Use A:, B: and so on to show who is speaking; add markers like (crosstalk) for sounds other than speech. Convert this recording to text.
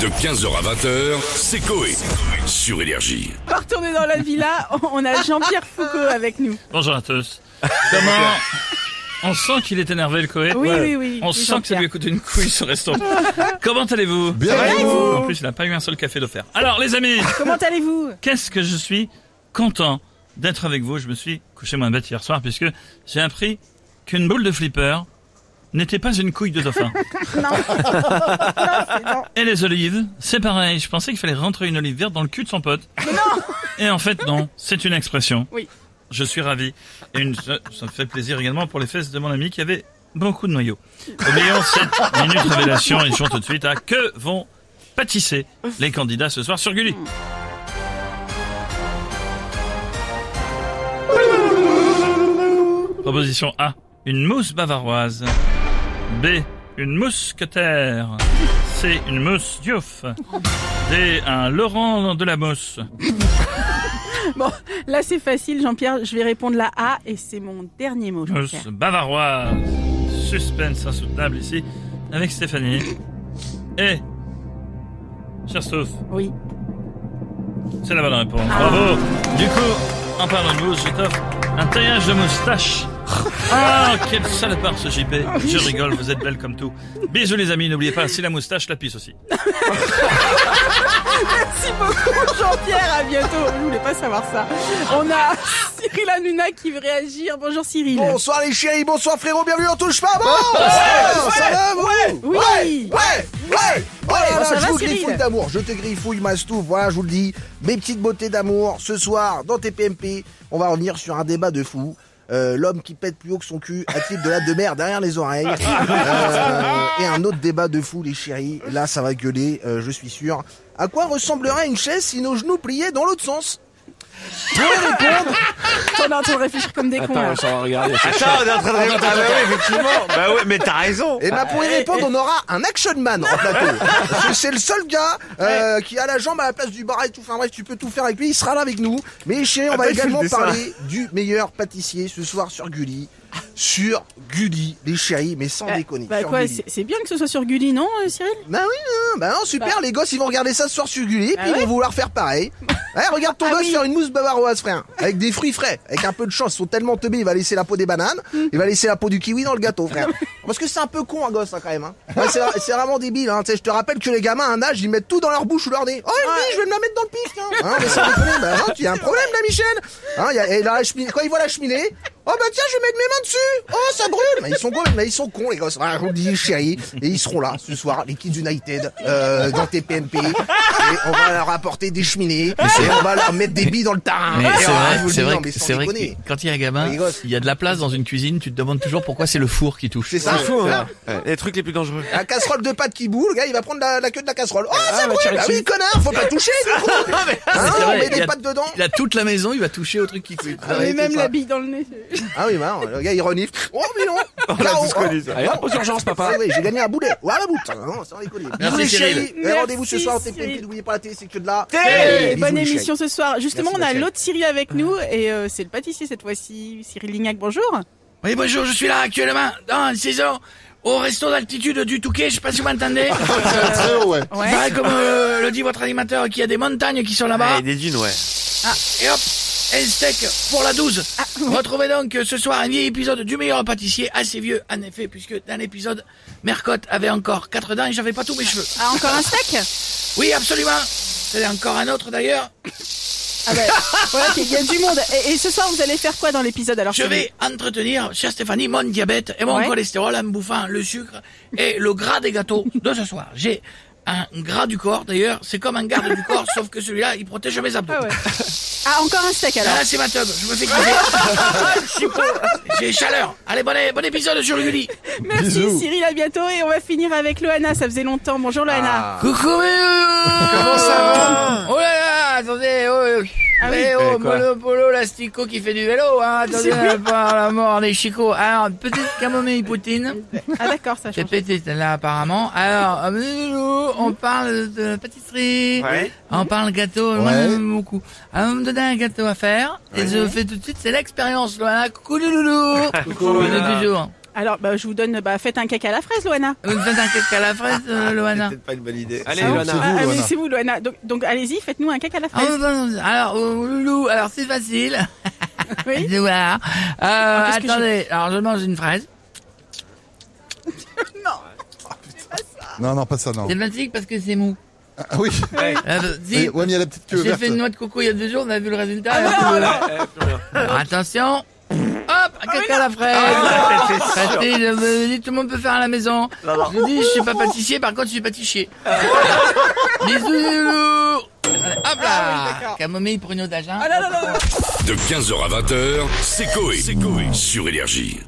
A: De 15h à 20h, c'est Coé. Sur Énergie.
B: Retournez dans la villa, on a Jean-Pierre Foucault avec nous.
C: Bonjour à tous. Comment
B: (laughs)
C: on sent qu'il est énervé le Coé.
B: Oui, oui, oui.
C: On
B: oui,
C: sent
B: Jean-Pierre.
C: que ça lui a coûté une couille
B: (laughs)
C: ce restaurant. Comment allez-vous
D: Bien et vous
C: En plus, il n'a pas eu un seul café d'offert. Alors les amis, (laughs)
B: Comment allez-vous
C: qu'est-ce que je suis content d'être avec vous. Je me suis couché moins bête hier soir puisque j'ai appris qu'une boule de flipper n'était pas une couille de dauphin.
B: (laughs) Non,
C: Et les olives, c'est pareil. Je pensais qu'il fallait rentrer une olive verte dans le cul de son pote. non Et en fait, non. C'est une expression.
B: Oui.
C: Je suis ravi. Et une, ça ça me fait plaisir également pour les fesses de mon ami qui avait beaucoup de noyaux. Oublions cette minute révélation et jouons tout de suite à que vont pâtisser les candidats ce soir sur Gulli. Proposition A. Une mousse bavaroise. B. Une mousquetaire. C. Une mousse diouf. D. Un Laurent de la mousse.
B: bon, là c'est facile Jean-Pierre, je vais répondre la A et c'est mon dernier mot Jean-Pierre.
C: Mousse bavaroise. Suspense insoutenable ici avec Stéphanie. Et. Cher Stouff,
B: Oui.
C: c'est la bonne réponse. Bravo. Du coup, en parlant de mousse, je t'offre un taillage de moustache. Ah, quel salopard ce JP. Je rigole, vous êtes belle comme tout. Bisous les amis, n'oubliez pas, si la moustache, la pisse aussi.
B: Merci beaucoup Jean-Pierre, à bientôt. Je voulais pas savoir ça. On a Cyril Hanouna qui veut réagir. Bonjour Cyril.
D: Bonsoir les chéris, bonsoir frérot, bienvenue en touche pas bon Ça va vous
B: Oui.
D: Ouais Ouais Ouais Oh là
B: Bon,
D: là,
B: ça
D: je
B: va,
D: vous
B: Cyril
D: griffouille d'amour, je te griffouille Mastou, voilà je vous le dis, mes petites beautés d'amour, ce soir dans TPMP, on va revenir sur un débat de fou. Euh, L'homme qui pète plus haut que son cul a-t-il de la de mer derrière les (laughs) oreilles Euh, Et un autre débat de fou les chéris, là ça va gueuler, euh, je suis sûr. À quoi ressemblerait une chaise si nos genoux pliaient dans l'autre sens Pour y répondre,
B: On est en train de réfléchir comme des cons. hein. là.
E: Attends, on est en train de répondre. Ah bah oui, effectivement. (laughs) Bah oui, mais t'as raison.
D: Et bah pour y répondre, on aura un action man en plateau. Parce que c'est le seul gars euh, qui a la jambe à la place du bras et tout. Enfin bref, tu peux tout faire avec lui. Il sera là avec nous. Mais chez, on
E: Ah,
D: va
E: bah, il fait le
D: également
E: dessin.
D: parler du meilleur pâtissier ce soir sur Gulli. Sur Gulli, les chéris, mais sans
B: Bah,
D: déconner.
B: bah
D: sur
B: quoi,
D: Gulli.
B: c'est c'est bien que ce soit sur Gulli, non euh, Cyril
D: Bah oui, non, bah non, super, les gosses ils vont regarder ça ce soir sur Gulli,
B: Bah
D: puis ils
B: ouais.
D: vont vouloir faire
B: (laughs)
D: pareil. Ouais, regarde ton
B: Ah
D: gosse
B: oui.
D: sur une mousse bavaroise, frère, avec des fruits frais, avec un peu de chance, ils sont tellement teubés, il va laisser la peau des bananes,
B: Mm.
D: il va laisser la peau du kiwi dans le gâteau,
B: (laughs) Ah
D: frère. Parce que c'est un peu con un gosse hein, quand même. Hein. Ouais, c'est c'est vraiment débile, hein. Tu sais, je te rappelle que les gamins à un âge, ils mettent tout dans leur bouche ou leur nez. Oh, une bille, je vais me la mettre dans le pif, tiens. Hein, mais sans déconner, bah, hein, tu y a un problème là, Michel. Hein, il y a, et là, la cheminée, quand ils voient la cheminée, oh bah tiens, je vais mettre mes mains dessus. Oh, ça brûle. Mais ils sont cons, mais ils sont cons les gosses. Voilà, je vous le dis, chérie, et ils seront là ce soir, les Kids United, euh, dans TPMP. Et on va leur apporter des cheminées. Et on va leur mettre des billes dans le tarin. Et
F: Mais c'est
D: on va-
F: vrai,
D: je vous le
F: c'est
D: dis,
F: vrai,
D: non, mais
F: que-
D: sans
F: c'est vrai
D: déconner.
F: que quand il y a un gamin,
D: Les gosses.
F: il y a de la place dans une cuisine, tu te demandes toujours pourquoi c'est le four qui touche.
D: C'est ça.
E: hein. Ouais, Les trucs les plus dangereux.
D: La casserole de pâte qui boule, le gars, il va prendre la, la queue de la casserole. Oh,
F: Ah,
D: ça brûle Bah oui, connard, faut pas toucher, du
F: (laughs)
D: coup Hein,
F: C'est
D: On
F: vrai,
D: met
F: il y
D: des
F: a-
D: pâtes dedans
F: Il a toute la maison, il va toucher au truc qui cuit.
D: Ah, ouais,
B: Et même
D: c'est ça.
B: la bille dans le nez.
D: Ah oui, bah, le gars, il renifle. Oh, mais
F: (laughs)
D: non
E: On l'a
D: Là,
E: tous
D: oh,
E: connu, ça.
D: oh, aux urgences, papa Oui, j'ai gagné un boulet Ou à la boute Non, Ah, sans déconner Bisous,
F: Merci,
D: les
F: Cyril.
D: chéris. Et Rendez-vous ce
B: Merci,
D: soir au
B: Cyril.
D: TPMP, n'oubliez pas la télé, c'est que de la...
B: Et
D: Bisous,
B: bonne
D: les
B: émission ce soir. Justement,
D: Merci,
B: on a
D: Rachel.
B: l'autre Cyril avec nous et euh, c'est le pâtissier cette fois-ci. Cyril Lignac, bonjour.
F: Oui, bonjour, je suis là actuellement dans la saison au resto d'altitude du Touquet, je sais pas si vous m'entendez.
B: Ouais.
F: Pareil comme euh, le dit votre animateur qu'il y a des montagnes qui sont là-bas.
B: Bah,
E: Ouais, Eh, des dunes, ouais.
F: Et hop, un steak pour la 12. Retrouvez donc euh, ce soir un vieil épisode du meilleur pâtissier, assez vieux en effet, puisque dans l'épisode, Mercotte avait encore quatre dents et j'avais pas tous mes cheveux.
B: Ah, encore un steak
F: Oui, absolument. C'est encore un autre d'ailleurs.
B: Ah ouais. voilà, il y a du monde. Et, et ce soir, vous allez faire quoi dans l'épisode alors
F: Je
B: Cyril
F: vais entretenir, chère Stéphanie, mon diabète et mon
B: Ouais.
F: cholestérol en bouffant le sucre et le gras des gâteaux de ce soir. J'ai un gras du corps d'ailleurs, c'est comme un garde du corps, sauf que celui-là, il protège mes abdos.
B: Ah ouais. Ah, encore un steak
F: Ah
B: alors.
F: là, c'est ma teub, je me fais kiffer. Je suis pauvre. J'ai chaleur. Allez, bon, bon épisode sur Gulli.
B: Merci Cyril, à bientôt. Et on va finir avec Loana, ça faisait longtemps. Bonjour Loana.
F: Coucou,
E: Comment ça
F: Oh là là, attendez, oh,
B: Ah
F: mais
E: oui.
F: oh,
E: Eh, quoi
F: Polo, Polo, l'astico qui fait du vélo, hein, attendez, par la mort des chicots. Alors, petite camomille poutine.
B: Ah d'accord, ça
F: C'est
B: change. Hmm.
F: pété là apparemment. Alors, euh, nous, on parle de pâtisserie,
E: Ouais.
F: on parle gâteau, moi
D: Ouais.
F: j'aime beaucoup. Alors, on me donner un gâteau à faire, et je le fais tout de suite, c'est l'expérience, voilà. Coucou Louloulou,
E: Coucou,
F: Le
E: Loulou.
F: du jour.
B: Alors, bah, je vous donne, bah, faites un cake à la fraise, Loana.
F: Vous me faites un cake à la fraise, euh, Loana
E: Peut-être pas une bonne idée.
G: Allez,
B: Ah bon
G: Loana.
B: Ah, mais c'est vous, Loana. Donc, donc allez-y, faites-nous un cake à la
F: Ah,
B: fraise.
F: non, non, non. Alors, euh, loulou, alors c'est facile.
B: Oui.
F: (laughs) Voilà. Euh,
B: qu'est-ce que j'ai
F: attendez, alors je mange une fraise.
H: Non, non, pas ça, non.
F: C'est magnifique parce que c'est mou.
H: Ah oui,
F: Euh, si,
H: mais, ouais, mais il y a la petite queue
F: J'ai
H: verte.
F: fait une noix de coco il y a deux jours, on a vu le résultat. Alors, attention. Hop, un caca à la fraise. Facile, je me dis, tout le monde peut faire à la maison. Je vous dis, je suis pas pâtissier, par contre, je suis pâtissier. Bisous, loulou. Attendez, Hop là. Camomille, hein. pruneau d'agin.
B: Ah, là, là, là, là.
A: De 15h à 20h, c'est Coé sur Énergie.